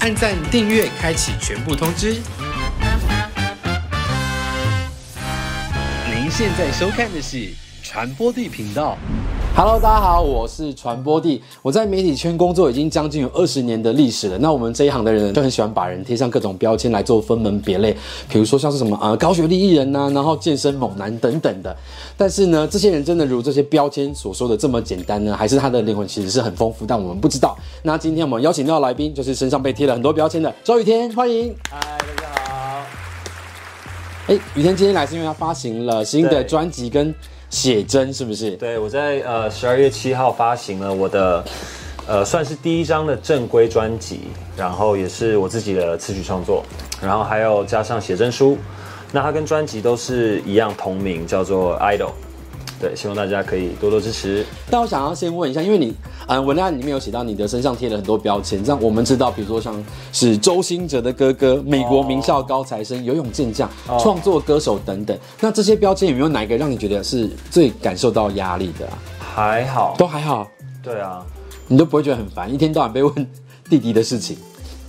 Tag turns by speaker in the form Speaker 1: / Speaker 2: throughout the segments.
Speaker 1: 按赞、订阅、开启全部通知。您现在收看的是传播地频道。Hello，大家好，我是传播地。我在媒体圈工作已经将近有二十年的历史了。那我们这一行的人就很喜欢把人贴上各种标签来做分门别类，比如说像是什么呃高学历艺人呐、然后健身猛男等等的。但是呢，这些人真的如这些标签所说的这么简单呢？还是他的灵魂其实是很丰富，但我们不知道。那今天我们邀请到的来宾就是身上被贴了很多标签的周雨天，欢迎。
Speaker 2: 嗨，大家好。
Speaker 1: 哎，雨天今天来是因为他发行了新的
Speaker 2: 对
Speaker 1: 专辑跟写真，是不是？
Speaker 2: 对，我在呃十二月七号发行了我的呃算是第一张的正规专辑，然后也是我自己的词曲创作，然后还有加上写真书。那它跟专辑都是一样同名，叫做《Idol》。对，希望大家可以多多支持。
Speaker 1: 但我想要先问一下，因为你，嗯，文案里面有写到你的身上贴了很多标签，这样我们知道，比如说像是周兴哲的哥哥、美国名校高材生、游泳健将、创作歌手等等。那这些标签有没有哪一个让你觉得是最感受到压力的、啊？
Speaker 2: 还好，
Speaker 1: 都还好，
Speaker 2: 对啊，
Speaker 1: 你都不会觉得很烦，一天到晚被问弟弟的事情。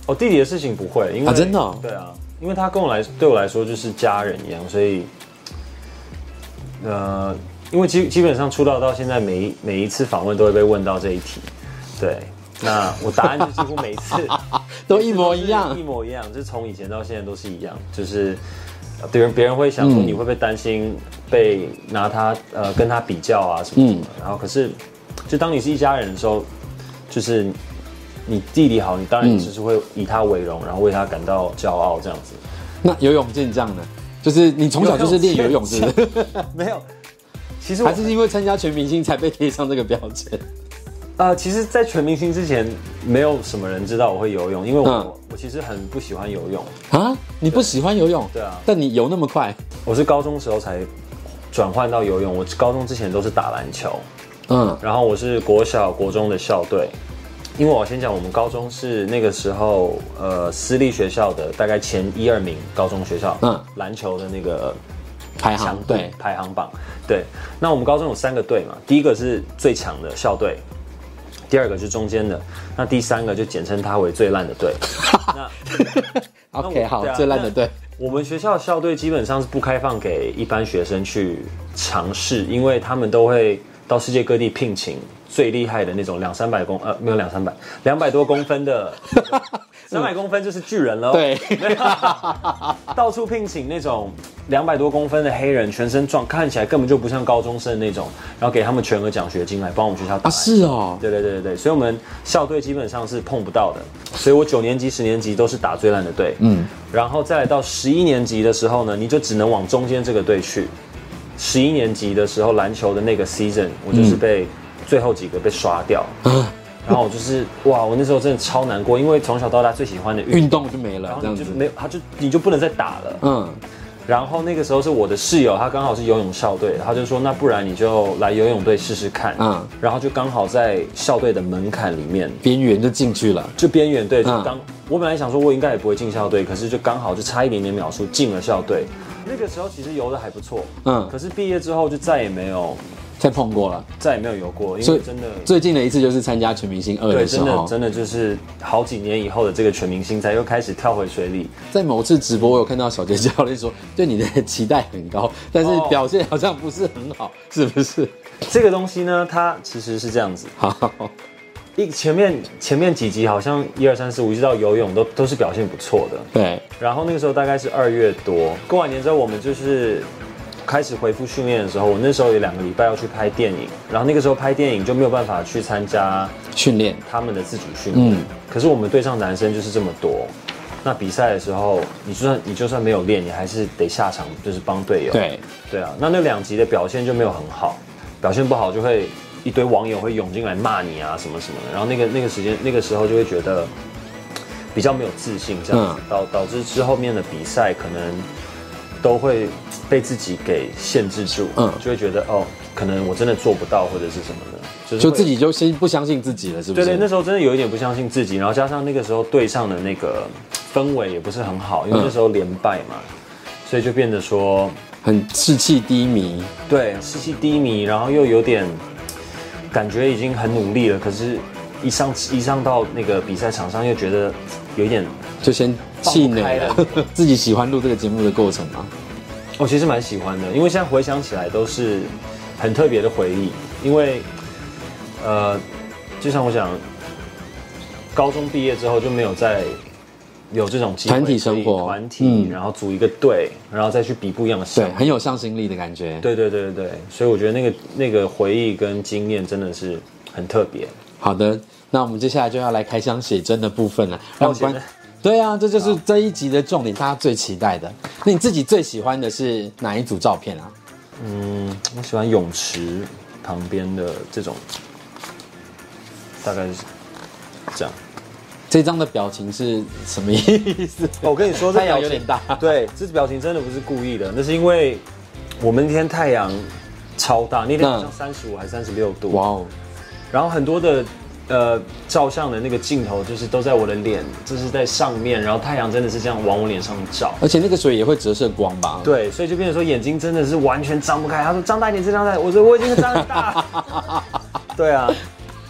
Speaker 2: 我哦弟弟的事情不会，因为、
Speaker 1: 啊真的哦
Speaker 2: 对啊，因为他跟我来对我来说就是家人一样，所以呃，因为基基本上出道到现在每一每一次访问都会被问到这一题，对，那我答案就几乎每一次
Speaker 1: 都一模一样
Speaker 2: 每次都是一模一样，就是从以前到现在都是一样，就是呃别人别人会
Speaker 1: 嗯
Speaker 2: 想说你会不会担心被拿他呃跟他比较啊什么什么的，
Speaker 1: 嗯
Speaker 2: 然后可是就当你是一家人的时候，就是你弟弟好，你当
Speaker 1: 嗯
Speaker 2: 然就是会以他为荣，然后为他感到骄傲这样子。
Speaker 1: 那游泳健将呢？就是你从小就是练游泳，是不是？
Speaker 2: 没有，其实我
Speaker 1: 还是因为参加全明星才被贴上这个标签？
Speaker 2: 呃，其实，在全明星之前，没有什么人知道我会游泳，因为我、
Speaker 1: 嗯
Speaker 2: 我其实很不喜欢游泳。
Speaker 1: 啊，你不喜欢游泳？
Speaker 2: 对啊
Speaker 1: 但你游那么快，
Speaker 2: 我是高中时候才转换到游泳，我高中之前都是打篮球，
Speaker 1: 嗯，
Speaker 2: 然后我是国小、国中的校队。因为我先讲，我们高中是那个时候，呃，私立学校的大概前一二名高中学校，
Speaker 1: 嗯
Speaker 2: 嗯，篮球的那个
Speaker 1: 排
Speaker 2: 强
Speaker 1: 行
Speaker 2: 度
Speaker 1: 对，
Speaker 2: 排行榜。对，那我们高中有三个队嘛，第一个是最强的校队，第二个是中间的，那第三个就简称它为最烂的队。那
Speaker 1: OK，好
Speaker 2: 对，啊
Speaker 1: 最烂的队。
Speaker 2: 我们学校的校队基本上是不开放给一般学生去尝试，因为他们都会到世界各地聘请最厉害的那种两三百公呃没有两三百两百多公 分的，三百公分就是巨人了。
Speaker 1: 对，
Speaker 2: 到处聘请那种两百多公分的黑人，全身壮，看起来根本就不像高中生那种，然后给他们全额奖学金来帮我们学校打
Speaker 1: 啊，
Speaker 2: 篮球。
Speaker 1: 是哦，
Speaker 2: 对对对对对，所以我们校队基本上是碰不到的，所以我九年级、十年级都是打最烂的队，嗯，然后再来到十一年级的时候呢，你就只能往中间这个队去。十一年级的时候，篮球的那个 season，我就是
Speaker 1: 嗯
Speaker 2: 被最后几个被刷掉，
Speaker 1: 啊
Speaker 2: 然后我就是哇，我那时候真的超难过，因为从小到大最喜欢的运，
Speaker 1: 运动就没
Speaker 2: 然
Speaker 1: 了，这
Speaker 2: 后
Speaker 1: 样
Speaker 2: 你
Speaker 1: 子
Speaker 2: 就。没有，他就你就不能再打了，
Speaker 1: 嗯，
Speaker 2: 然后那个时候是我的室友，他刚好是游泳校队，他就说那不然你就来游泳队试试看。
Speaker 1: 嗯
Speaker 2: 嗯，然后就刚好在校队的门槛里面，
Speaker 1: 边缘就进去了。
Speaker 2: 就边缘队就
Speaker 1: 嗯
Speaker 2: 刚，我本来想说我应该也不会进校队，可是就刚好就差一点点秒数进了校队。那个时候其实游的还不错，
Speaker 1: 嗯
Speaker 2: 嗯，可是毕业之后就再也没有
Speaker 1: 再碰过了，
Speaker 2: 再也没有游过，因
Speaker 1: 所以
Speaker 2: 为真的。
Speaker 1: 最近的一次就是参加全明星二
Speaker 2: 对，
Speaker 1: 的时
Speaker 2: 真的
Speaker 1: 候，
Speaker 2: 真的就是好几年以后的这个全明星才又开始跳回水里，
Speaker 1: 在某次直播，我有看到小杰教练说 对你的期待很高， 但是
Speaker 2: 哦
Speaker 1: 表现好像不是很好， 是不是？
Speaker 2: 这个东西呢，它其实是这样子，
Speaker 1: 好，
Speaker 2: 一前面前面几集好像一二三四五一直到游泳都都是表现不错的，
Speaker 1: 对，
Speaker 2: 然后那个时候大概是二月多，过完年之后我们就是开始恢复训练的时候，我那时候有两个礼拜要去拍电影，然后那个时候拍电影就没有办法去参加
Speaker 1: 训练
Speaker 2: 他们的自主训练，
Speaker 1: 嗯
Speaker 2: 可是我们队上男生就是这么多。那比赛的时候，你就算你就算没有练，你还是得下场，就是帮队友。
Speaker 1: 对，
Speaker 2: 对啊，那那两集的表现就没有很好，表现不好就会一堆网友会涌进来骂你啊什么什么的，然后那个那个时间那个时候就会觉得比较没有自信，这样子、
Speaker 1: 嗯
Speaker 2: 导导致之后面的比赛可能都会被自己给限制住，
Speaker 1: 嗯
Speaker 2: 就会觉得哦，可能我真的做不到或者是什么的，就是
Speaker 1: 就
Speaker 2: 会
Speaker 1: 自己就先不相信自己了，是不
Speaker 2: 对
Speaker 1: 是？
Speaker 2: 对，那时候真的有一点不相信自己，然后加上那个时候队上的那个氛围也不是很好，因为
Speaker 1: 嗯
Speaker 2: 那时候连败嘛，所以就变得说
Speaker 1: 很士气低迷，
Speaker 2: 对，士气低迷，然后又有点感觉已经很努力了，可是一上一上到那个比赛场上，又觉得有一点，
Speaker 1: 就先气馁了
Speaker 2: 放不。
Speaker 1: 自己喜欢录这个节目的过程吗？
Speaker 2: 我哦其实蛮喜欢的，因为现在回想起来都是很特别的回忆。因为，呃，就像我想，高中毕业之后就没有再有这种机会
Speaker 1: 团体生活
Speaker 2: 可以团体，
Speaker 1: 嗯
Speaker 2: 然后组一个队，然后再去比不一样的项
Speaker 1: 对
Speaker 2: 目，。
Speaker 1: 很有向心力的感觉。
Speaker 2: 啊对对对对对，所以我觉得那个那个回忆跟经验真的是很特别。
Speaker 1: 好的，那我们接下来就要来开箱写真的部分了，让
Speaker 2: 写
Speaker 1: 观
Speaker 2: 真。
Speaker 1: 对啊，这就是这一集的重点，大家最期待的。那你自己最喜欢的是哪一组照片啊？
Speaker 2: 嗯，我喜欢泳池旁边的这种，大概是这样。
Speaker 1: 这张的表情是什么意 思？
Speaker 2: 哦我跟你说，这
Speaker 1: 太阳
Speaker 2: 表
Speaker 1: 有
Speaker 2: 情
Speaker 1: 点大。
Speaker 2: 对，这表情真的不是故意的，那是因为我们那天太阳超大，那天好像三十五还是三十六度，
Speaker 1: 哇哦，
Speaker 2: 然后很多的呃照相的那个镜头就是都在我的脸，就是在上面，然后太阳真的是这样往我脸上照。
Speaker 1: 而且那个水也会折射光吧？
Speaker 2: 对，所以就变成说眼睛真的是完全张不开。他说张大一点，再张大一点。我说我已经张很大 了。对啊，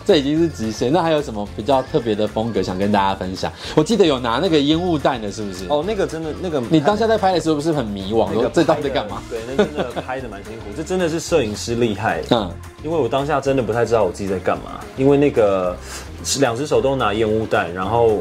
Speaker 1: 这已经是极限。那还有什么比较特别的风格想跟大家分享？我记得有拿那个烟雾弹的，是不是？哦，
Speaker 2: 哦，那个真的那个
Speaker 1: 你当下在拍的时候不是很迷惘，
Speaker 2: 那
Speaker 1: 说
Speaker 2: 个
Speaker 1: 这到底
Speaker 2: 拍
Speaker 1: 在
Speaker 2: 得
Speaker 1: 干嘛？
Speaker 2: 对，那真的拍的蛮辛苦，这真的是摄影师厉害。
Speaker 1: 嗯，
Speaker 2: 因为我当下真的不太知道我自己在干嘛，因为那个是两只手都拿烟雾弹，然后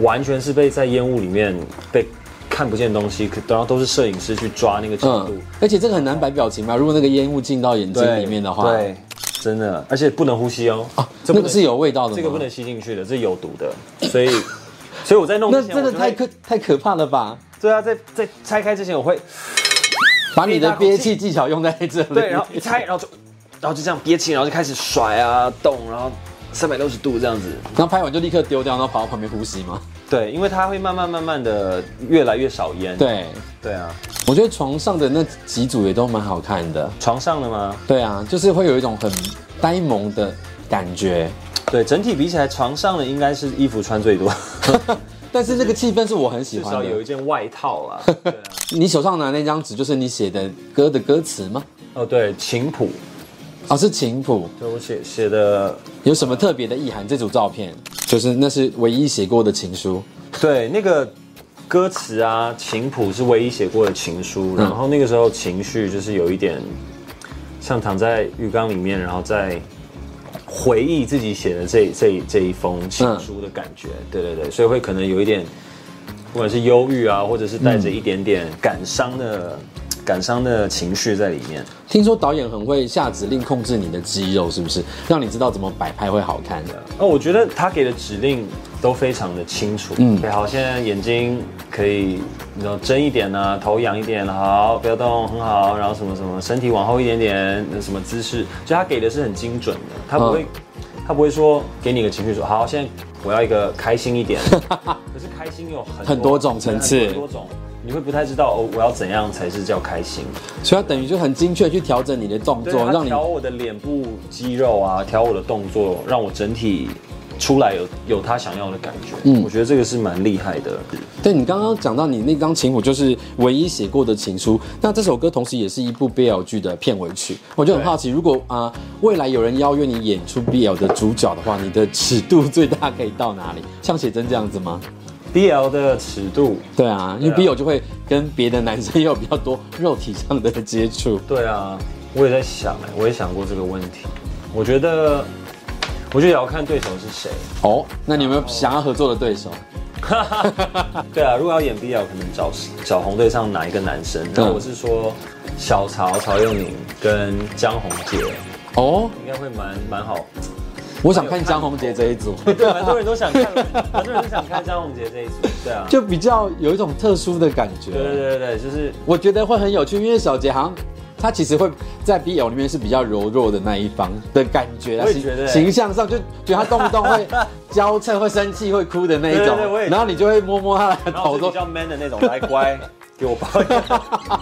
Speaker 2: 完全是被在烟雾里面被看不见的东西，可然后都是摄影师去抓那个角度。
Speaker 1: 嗯，而且这个很难摆表情嘛，如果那个烟雾进到眼睛里面的话，
Speaker 2: 对，真的，而且不能呼吸哦。
Speaker 1: 啊，
Speaker 2: 这不
Speaker 1: 那个
Speaker 2: 能
Speaker 1: 是有味道的吗？
Speaker 2: 这个不能吸进去的，这有毒的，所以，所以我在弄
Speaker 1: 那
Speaker 2: 之前
Speaker 1: 真的太
Speaker 2: 我就会
Speaker 1: 可太可怕了吧！
Speaker 2: 对啊，在在拆开之前我会
Speaker 1: 把你的
Speaker 2: 大口
Speaker 1: 憋
Speaker 2: 气
Speaker 1: 气技巧用在这里。
Speaker 2: 对，然后啊一拆，然后就然后就这样憋气，然后就开始甩啊动，然后三百六十度这样子。
Speaker 1: 然后拍完就立刻丢掉，然后跑到旁边呼吸嘛。
Speaker 2: 对，因为它会慢慢慢慢的越来越少烟。
Speaker 1: 对，
Speaker 2: 对啊，
Speaker 1: 我觉得床上的那几组也都蛮好看的。
Speaker 2: 床上了吗？
Speaker 1: 对啊，就是会有一种很呆萌的感觉，
Speaker 2: 对，整体比起来，床上的应该是衣服穿最多，
Speaker 1: 但是那个气氛是我很喜
Speaker 2: 至
Speaker 1: 欢
Speaker 2: 少有
Speaker 1: 的
Speaker 2: 一。件外套啦。对啊，
Speaker 1: 你手上拿那张纸就是你写的歌的歌词吗？
Speaker 2: 哦对，琴谱，
Speaker 1: 哦，是琴谱，
Speaker 2: 对我写写的
Speaker 1: 有什么特别的意涵？这组照片就是那是唯一写过的情书。
Speaker 2: 对，那个歌词啊，琴谱是唯一写过的情书。然后那个时候情绪就是有一点像躺在浴缸里面，然后在回忆自己写的这这这一封情书的感觉。对对对，所以会可能有一点，不管是忧郁啊，或者是带着一点点感伤的、感伤的情绪在里面。
Speaker 1: 听说导演很会下指令控制你的肌肉，是不是？让你知道怎么摆拍会好看的。
Speaker 2: 那我觉得他给的指令都非常的清楚。嗯，好，现在眼睛可以，你知道睁一点啊，头仰一点，好，不要动，很好。然后什么什么，身体往后一点点，什么姿势，就他给的是很精准的，他不会，
Speaker 1: 嗯
Speaker 2: 他不会说给你一个情绪说，好，现在我要一个开心 一点。可是开心有很
Speaker 1: 很多种层次
Speaker 2: 很多种，你会不太知道哦，我要怎样才是叫开心。
Speaker 1: 所以它等于就很精确地去调整你的动
Speaker 2: 对，
Speaker 1: 作，
Speaker 2: 他
Speaker 1: 让你
Speaker 2: 调我的脸部肌肉啊，调我的动作，让我整体出来有有他想要的感觉。嗯，我觉得这个是蛮厉害的。
Speaker 1: 对你刚刚讲到你那张情谱就是唯一写过的情书，那这首歌同时也是一部 BL 剧的片尾曲，我就很好奇，如果啊、未来有人邀约你演出 BL 的主角的话，你的尺度最大可以到哪里？像写真这样子吗？
Speaker 2: BL 的尺度，
Speaker 1: 对啊，因为
Speaker 2: 对
Speaker 1: BL 就会跟别的男生也有比较多肉体上的接触，
Speaker 2: 对啊，我也在想哎、我也想过这个问题。我觉得，我觉得也要看对手是谁。
Speaker 1: 哦，那你有没有想要合作的对手？
Speaker 2: 对啊，如果要演 BL，可能找找红队上哪一个男生？然
Speaker 1: 嗯
Speaker 2: 后我是说，小曹曹佑宁跟江宏杰，
Speaker 1: 哦，
Speaker 2: 应该会蛮蛮 好
Speaker 1: 我想看江宏杰这一组，
Speaker 2: 对，蛮多人都想看，蛮多人都想看张宏杰这一组。对 啊，
Speaker 1: 就比较有一种特殊的感觉。
Speaker 2: 对对对对对，就是
Speaker 1: 我觉得会很有趣，因为小杰好像他其实会在 BL 里面是比较柔弱的那一方的感觉啊，
Speaker 2: 我也觉得
Speaker 1: 形形象上就觉得他动不动会 娇嗔、会生气、会哭的那一种，
Speaker 2: 对对对我也觉得
Speaker 1: 然后你就会摸摸他的
Speaker 2: 然后
Speaker 1: 头
Speaker 2: 我就
Speaker 1: 说
Speaker 2: 比较 man 的那种，来 乖，给我抱一下。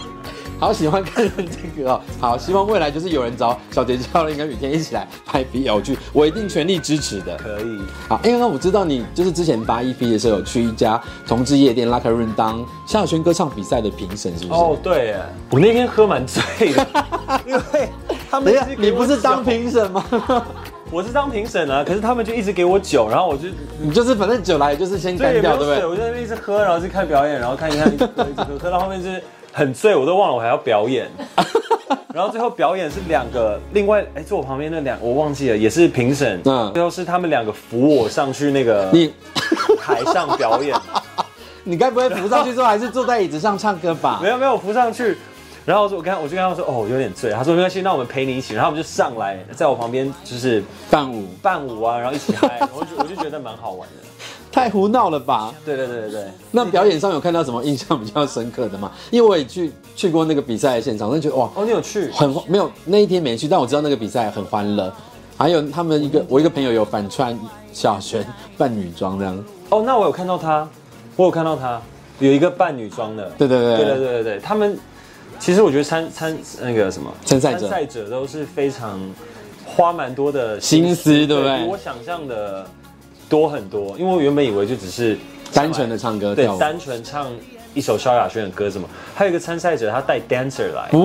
Speaker 1: 好喜欢看这个哦。好，希望未来就是有人找小杰教练跟雨天一起来拍 BL 剧，我一定全力支持的。
Speaker 2: 可以，
Speaker 1: 好，哎、那我知道你就是之前发 EP 的时候有去一家同志夜店拉克润当萧亚轩歌唱比赛的评审，是不是？
Speaker 2: 哦对耶，我 那天喝蛮醉的，因为他
Speaker 1: 等
Speaker 2: 们
Speaker 1: 一下，你不是当评审吗？
Speaker 2: 我是当评审啊，可是他们就一直给我酒，然后我就
Speaker 1: 你就是反正酒来就是先
Speaker 2: 对
Speaker 1: 干
Speaker 2: 也没
Speaker 1: 掉，
Speaker 2: 有
Speaker 1: 对不
Speaker 2: 水，
Speaker 1: 对？
Speaker 2: 我就在那边一直喝，然后就看表演，然后看一看，一直喝，一直喝，喝到后面就是很醉，我都忘了我还要 表演。然后最后表演是两个，另外哎坐我旁边那两我忘记了，也是评审，
Speaker 1: 嗯
Speaker 2: 最后是他们两个扶我上去那个
Speaker 1: 你
Speaker 2: 台上表演，
Speaker 1: 你该不会扶上去之后还是坐在椅子上唱歌吧
Speaker 2: 没？有没有扶上去。然后我说我跟他我就跟他说哦我有点醉，他说没关系，那我们陪你一起，然后我们就上来，在我旁边就是
Speaker 1: 伴舞
Speaker 2: 伴舞啊，然后一起 嗨，我就我就觉得蛮好玩的。
Speaker 1: 太胡闹了吧？
Speaker 2: 对对对对对。
Speaker 1: 那表演上有看到什么印象比较深刻的吗？ 因为我也去去过那个比赛的现场，那觉得哇，
Speaker 2: 哦，你有去？
Speaker 1: 很没有那一天没去，但我知道那个比赛很欢乐。还有他们一个我一个朋友有反穿小璇扮女装这样，
Speaker 2: 哦，那我有看到他，我有看到他有一个扮女装的。
Speaker 1: 对对对
Speaker 2: 对对对对对他们其实我觉得参参那个什么
Speaker 1: 参赛者
Speaker 2: 参赛者都是非常花蛮多的
Speaker 1: 心思对不对
Speaker 2: 比我想象的多很多，因为我原本以为就只是
Speaker 1: 单纯的唱歌
Speaker 2: 对
Speaker 1: 跳舞，
Speaker 2: 单 纯唱一首萧亚轩的歌什么，还有一个参赛者他带 dancer 来，他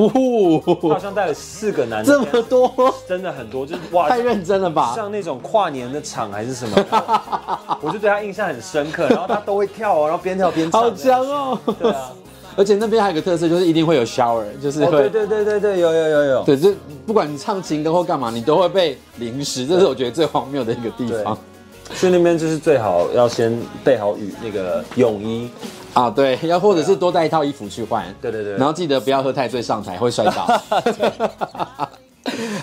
Speaker 2: 好
Speaker 1: 不，
Speaker 2: 像带了四个男的
Speaker 1: 这
Speaker 2: dancer，
Speaker 1: 么多，
Speaker 2: 真的很多，就是哇
Speaker 1: 太认真了吧？
Speaker 2: 像那种跨年的场还是什么，然 后我就对他印象很深刻。然后他都会跳哦，然后边跳边唱。
Speaker 1: 好强哦！
Speaker 2: 对啊，
Speaker 1: 而且那边还有个特色，就是一定会有 shower，就是会
Speaker 2: 哦对对对对对，有有有有。
Speaker 1: 对，就不管你唱情歌或干嘛，你都会被淋湿，这是我觉得最荒谬的一个地方
Speaker 2: 去那边就是最好要先备好雨那个泳衣。
Speaker 1: 啊。对，要或者是多带一套衣服去换。
Speaker 2: 对对对
Speaker 1: 然后记得不要喝太醉上台，会摔 倒。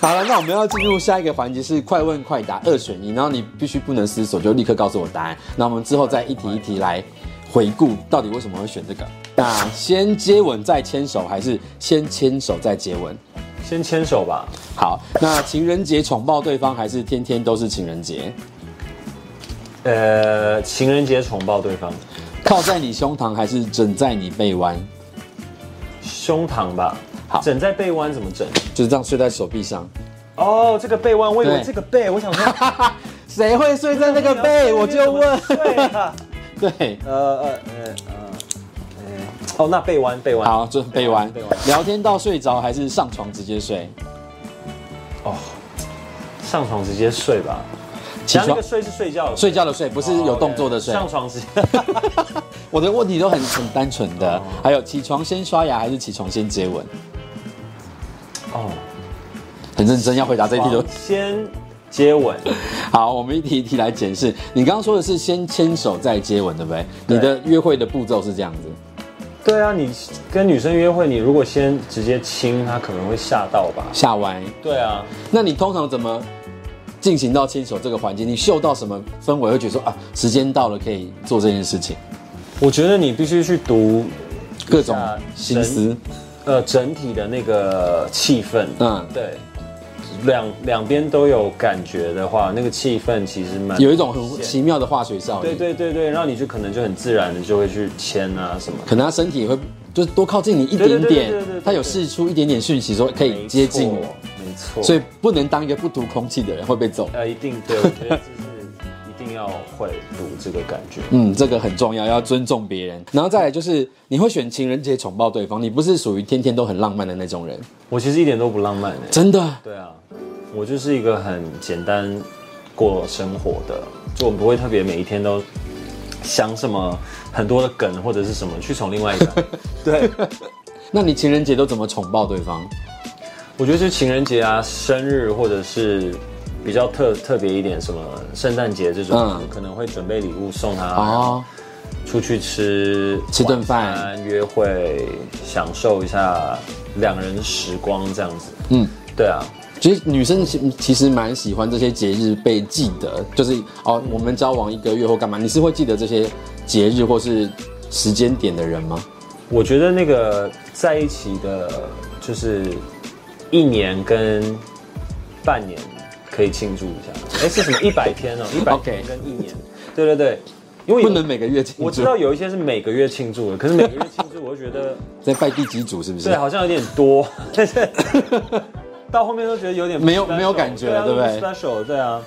Speaker 1: 好了，那我们要进入下一个环节是快问快答二选一，然后你必须不能思索，就立刻告诉我答案。那我们之后再一题一题来回顾到底为什么会选这个。那先接吻再牵手，还是先牵手再接吻？
Speaker 2: 先牵手吧，
Speaker 1: 好，那情人节宠爆对方，还是天天都是情人节？
Speaker 2: 呃，情人节宠抱对方，
Speaker 1: 靠在你胸膛，还是枕在你背弯？
Speaker 2: 胸膛吧。
Speaker 1: 好
Speaker 2: 枕在背弯怎么枕？
Speaker 1: 就是这样睡在手臂上。
Speaker 2: 哦，这个背弯，我以为
Speaker 1: 对
Speaker 2: 这个背，我想说
Speaker 1: 谁会睡在那个背？我就问。
Speaker 2: 对啊，
Speaker 1: 对，
Speaker 2: 呃呃呃呃，呃哦，那背弯背弯，
Speaker 1: 好，就背完
Speaker 2: 背完。
Speaker 1: 聊天到睡着，还是上床直接睡？
Speaker 2: 哦，上床直接睡吧。
Speaker 1: 起
Speaker 2: 然
Speaker 1: 床
Speaker 2: 后那个睡是睡觉的
Speaker 1: 睡哦觉的睡，不是有动作的睡。
Speaker 2: 上 床直接。
Speaker 1: 我的问题都很很单纯的。还有起床先刷牙，还是起床先接吻？
Speaker 2: 哦，
Speaker 1: 很认真要回答这一题的问题。
Speaker 2: 先接吻，
Speaker 1: 好，我们一题一题来检视。你刚刚说的是先牵手再接吻，对不对？
Speaker 2: 对
Speaker 1: 你的约会的步骤是这样子。
Speaker 2: 对啊，你跟女生约会，你如果先直接亲，她可能会吓到吧？
Speaker 1: 下歪。
Speaker 2: 对啊，
Speaker 1: 那你通常怎么进行到牵手这个环节？你嗅到什么氛围会觉得说啊，时间到了可以做这件事情？
Speaker 2: 我觉得你必须去读
Speaker 1: 各种心思，
Speaker 2: 呃整体的那个气氛，
Speaker 1: 嗯，
Speaker 2: 对，两两边都有感觉的话，那个气氛其实蛮
Speaker 1: 有一种很奇妙的化学效
Speaker 2: 对
Speaker 1: 应。
Speaker 2: 对对对，然后你就可能就很自然的就会去牵啊什么的。
Speaker 1: 可能他身体也会就是多靠近你一点
Speaker 2: 对对对对对
Speaker 1: 点
Speaker 2: 对对，
Speaker 1: 他有释出一点点讯息说可以接近我，
Speaker 2: 没错，
Speaker 1: 所以不能当一个不读空气的人会被揍。
Speaker 2: 呃，一定对，我觉得 就是一定要会读这个感觉。
Speaker 1: 嗯，这个很重要，要尊重别人。然后再来就是，你会选情人节宠爆对方，你不是属于天天都很浪漫的那种人，
Speaker 2: 我其实一点都不浪漫哎、
Speaker 1: 真的。
Speaker 2: 对啊，我就是一个很简单过生活的，就我们不会特别每一天都想什么很多的梗或者是什么去从另外一 个。对，
Speaker 1: 那你情人节都怎么宠爆对方？
Speaker 2: 我觉得是情人节啊、生日或者是。比较特特别一点，什么圣诞节这种，
Speaker 1: 嗯
Speaker 2: 可能会准备礼物送他，啊
Speaker 1: 哦，
Speaker 2: 出去吃
Speaker 1: 吃顿饭
Speaker 2: 晚餐约会，享受一下两人的时光这样子。
Speaker 1: 嗯。
Speaker 2: 对啊，
Speaker 1: 其实女生其其实蛮喜欢这些节日被记得，就是哦，我们交往一个月或干嘛，你是会记得这些节日或是时间点的人吗？
Speaker 2: 我觉得那个在一起的，就是一年跟半年可以庆祝一下。哎，是 什么？一百天哦，一百
Speaker 1: OK
Speaker 2: 天跟一年。对对对，因为有
Speaker 1: 不能每个月庆
Speaker 2: 我知
Speaker 1: 祝，
Speaker 2: 道有一些是每个月庆祝的，可是每个月庆祝，我就觉 得
Speaker 1: 在拜第几组是不是
Speaker 2: 对，？好像有点多， 但是到后面都觉得有点
Speaker 1: 没有
Speaker 2: special，
Speaker 1: 没有感觉了
Speaker 2: 啊
Speaker 1: 对不对
Speaker 2: ？special，对啊。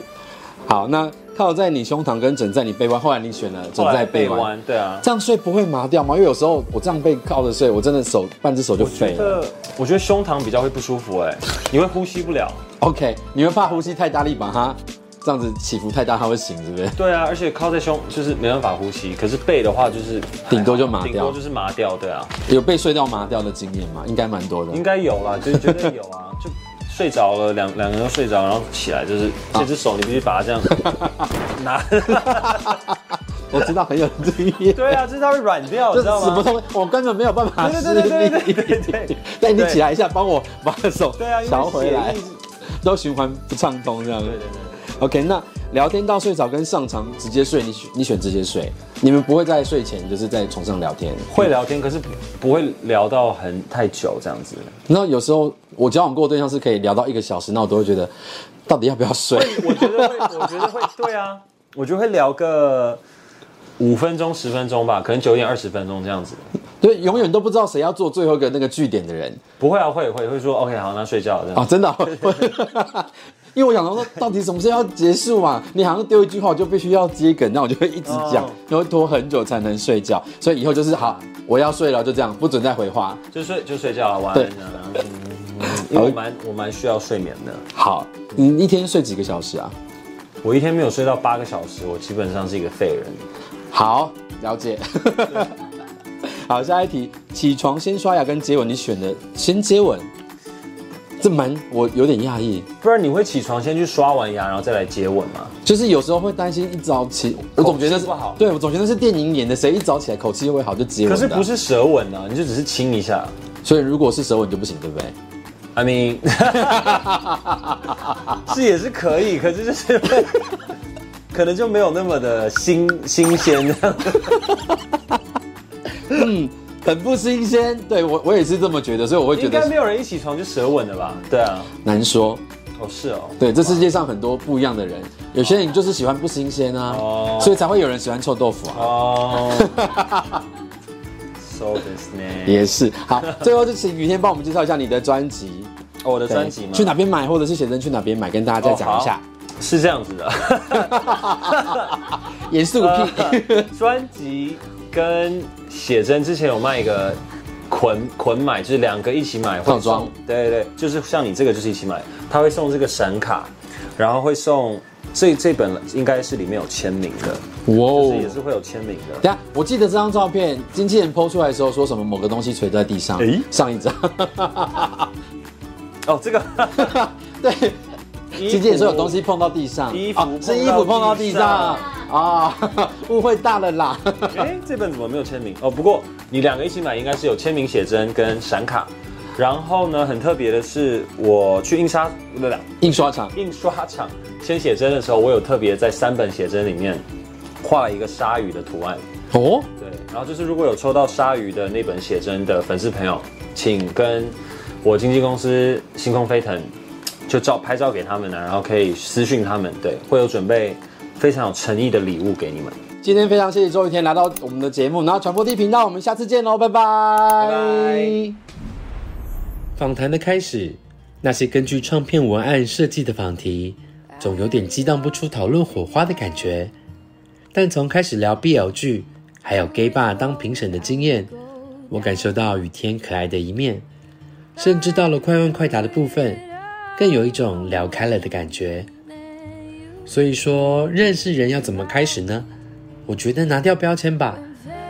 Speaker 1: 好，那靠在你胸膛跟枕在你背弯，后来你选了枕
Speaker 2: 后来
Speaker 1: 在背
Speaker 2: 背
Speaker 1: 弯，
Speaker 2: 弯，对啊。
Speaker 1: 这样睡不会麻掉吗？因为有时候我这样背靠着睡，我真的手半只手就
Speaker 2: 我觉
Speaker 1: 废了。
Speaker 2: 得，我觉得胸膛比较会不舒服、哎，你会呼吸不了。
Speaker 1: OK，你会怕呼吸太大力，把它这样子起伏太大，它会醒，是不是？
Speaker 2: 对啊，而且靠在胸就是没办法呼吸，可是背的话就是
Speaker 1: 顶多就麻掉
Speaker 2: 顶多就是麻掉，对啊，
Speaker 1: 有被睡到麻掉的经验吗？应该蛮多的。
Speaker 2: 应该有啦，就是绝对有啊， 就睡着了，两两个人都睡着，然后起来就是这只手你必须把它 这样拿，
Speaker 1: 我知道很有经验，
Speaker 2: 对啊，就是它会软掉，
Speaker 1: 就
Speaker 2: 你
Speaker 1: 是
Speaker 2: 知道
Speaker 1: 死不
Speaker 2: 吗？
Speaker 1: 通，我根本没有办法施
Speaker 2: 对对对对对对对
Speaker 1: 力
Speaker 2: 对。
Speaker 1: 但你起来一下，帮我把手
Speaker 2: 对啊，因为
Speaker 1: 调回来
Speaker 2: 血液，对
Speaker 1: 都循环不畅通这样。
Speaker 2: 对对，
Speaker 1: OK，那聊天到睡着跟上床直接睡，你选你选直接睡，你们不会在睡前就是在床上聊天。
Speaker 2: 会聊天，可是不会聊到很太久这样子。
Speaker 1: 那有时候我交往过的对象是可以聊到一个小时，那我都会觉得到底要不要睡？
Speaker 2: 我觉得会，我觉得会，对啊，我觉得会聊个五分钟、十分钟吧，可能九点、二十分钟这样子。
Speaker 1: 对，永远都不知道谁要做最后一个那个据点的人
Speaker 2: 不会啊，会会会说 OK，好，那睡觉了这
Speaker 1: 啊！
Speaker 2: 样。
Speaker 1: 真的啊、 因为我想说，到底什么时候要结束嘛？你好像丢一句话，我就必须要接梗，那我就会一直讲
Speaker 2: 哦，
Speaker 1: 然后拖很久才能睡觉。所以以后就是好，我要睡了，就这样，不准再回话。
Speaker 2: 就睡就睡觉了，晚安
Speaker 1: 对
Speaker 2: 啊。嗯因为我蛮我蛮需要睡眠的，
Speaker 1: 好，你一天睡几个小时啊？
Speaker 2: 我一天没有睡到八个小时，我基本上是一个废人。
Speaker 1: 好，了解。 好，下一题，起床先刷牙跟接吻，你选的先接吻，这蛮我有点讶异，
Speaker 2: 不然你会起床先去刷完牙，然后再来接吻吗？
Speaker 1: 就是有时候会担心一早起，我总觉得
Speaker 2: 口气不好
Speaker 1: 对我总觉得是电影演的，谁一早起来口气会好就接吻、
Speaker 2: 可
Speaker 1: 啊，
Speaker 2: 是不，是舌吻啊，你就只是亲一下。
Speaker 1: 所以如果是舌吻就不行，对不对？
Speaker 2: I mean，是也是可以，可是就是会 可能就没有那么的新新鲜。
Speaker 1: 很不新鲜，对我我也是这么觉得，所以我会觉
Speaker 2: 应该
Speaker 1: 得
Speaker 2: 没有人一起床就舌吻的吧？对啊，
Speaker 1: 难说。
Speaker 2: 哦是哦，
Speaker 1: 对，这世界上很多不一样的人，有些人就是喜欢不新鲜啊，
Speaker 2: 哦
Speaker 1: 所以才会有人喜欢臭豆腐啊。
Speaker 2: 哦 ，so this name，
Speaker 1: 也是 好，最后就请雨天帮我们介绍一下你的专辑，
Speaker 2: 哦我的
Speaker 1: 对
Speaker 2: 专辑吗？哦
Speaker 1: 去哪边买，或者是写真去哪边买，跟大家再讲一下。
Speaker 2: 是这样子的，
Speaker 1: 严肃屁，
Speaker 2: 专辑跟写真之前有卖一个捆捆买，就是两个一起买
Speaker 1: 套
Speaker 2: 会
Speaker 1: 装
Speaker 2: 送，对对对，就是像你这个就是一起买，他会送这个闪卡，然后会送这这本应该是里面有签名的，
Speaker 1: 哇
Speaker 2: 就
Speaker 1: 哦
Speaker 2: 是！也是会有签名的。
Speaker 1: 等一下，我记得这张照片，经纪人 PO 出来的时候说什么某个东西垂在地上，
Speaker 2: 诶
Speaker 1: 上一张，
Speaker 2: 哦，这个
Speaker 1: 对， 经纪人说有东西碰到地上，
Speaker 2: 衣服
Speaker 1: 啊是衣服碰到
Speaker 2: 碰到
Speaker 1: 地
Speaker 2: 地
Speaker 1: 上
Speaker 2: 上
Speaker 1: 啊， 误会大了啦。
Speaker 2: 哎，这本怎么没有签名？哦，不过你两个一起买应该是有签名写真跟闪卡。然后呢，很特别的是，我去印刷不对，
Speaker 1: 印刷厂
Speaker 2: 印刷厂签写真的时候，我有特别在三本写真里面画了一个鲨鱼的图案。
Speaker 1: 哦，
Speaker 2: 对，然后就是如果有抽到鲨鱼的那本写真的粉丝朋友，请跟我经纪公司星空飞腾就照拍照给他们呢、然后可以私讯他们，对，会有准备非常有诚意的礼物给你们。
Speaker 1: 今天非常谢谢周雨天来到我们的节目，然后传播地频道，我们下次见喽，哦拜拜。
Speaker 2: 拜
Speaker 3: 访谈的开始，那些根据唱片文案设计的访题，总有点激荡不出讨论火花的感觉。但从开始聊 BL 剧，还有 gay 爸当评审的经验，我感受到雨天可爱的一面，甚至到了快问快答的部分，更有一种聊开了的感觉。所以说，认识人要怎么开始呢？我觉得拿掉标签吧，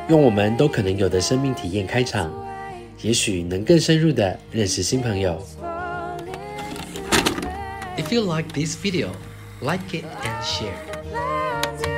Speaker 3: 用我们都可能有的生命体验开场。也许能更深入的认识新朋友。If you like this video, like it and share.
Speaker 4: Let's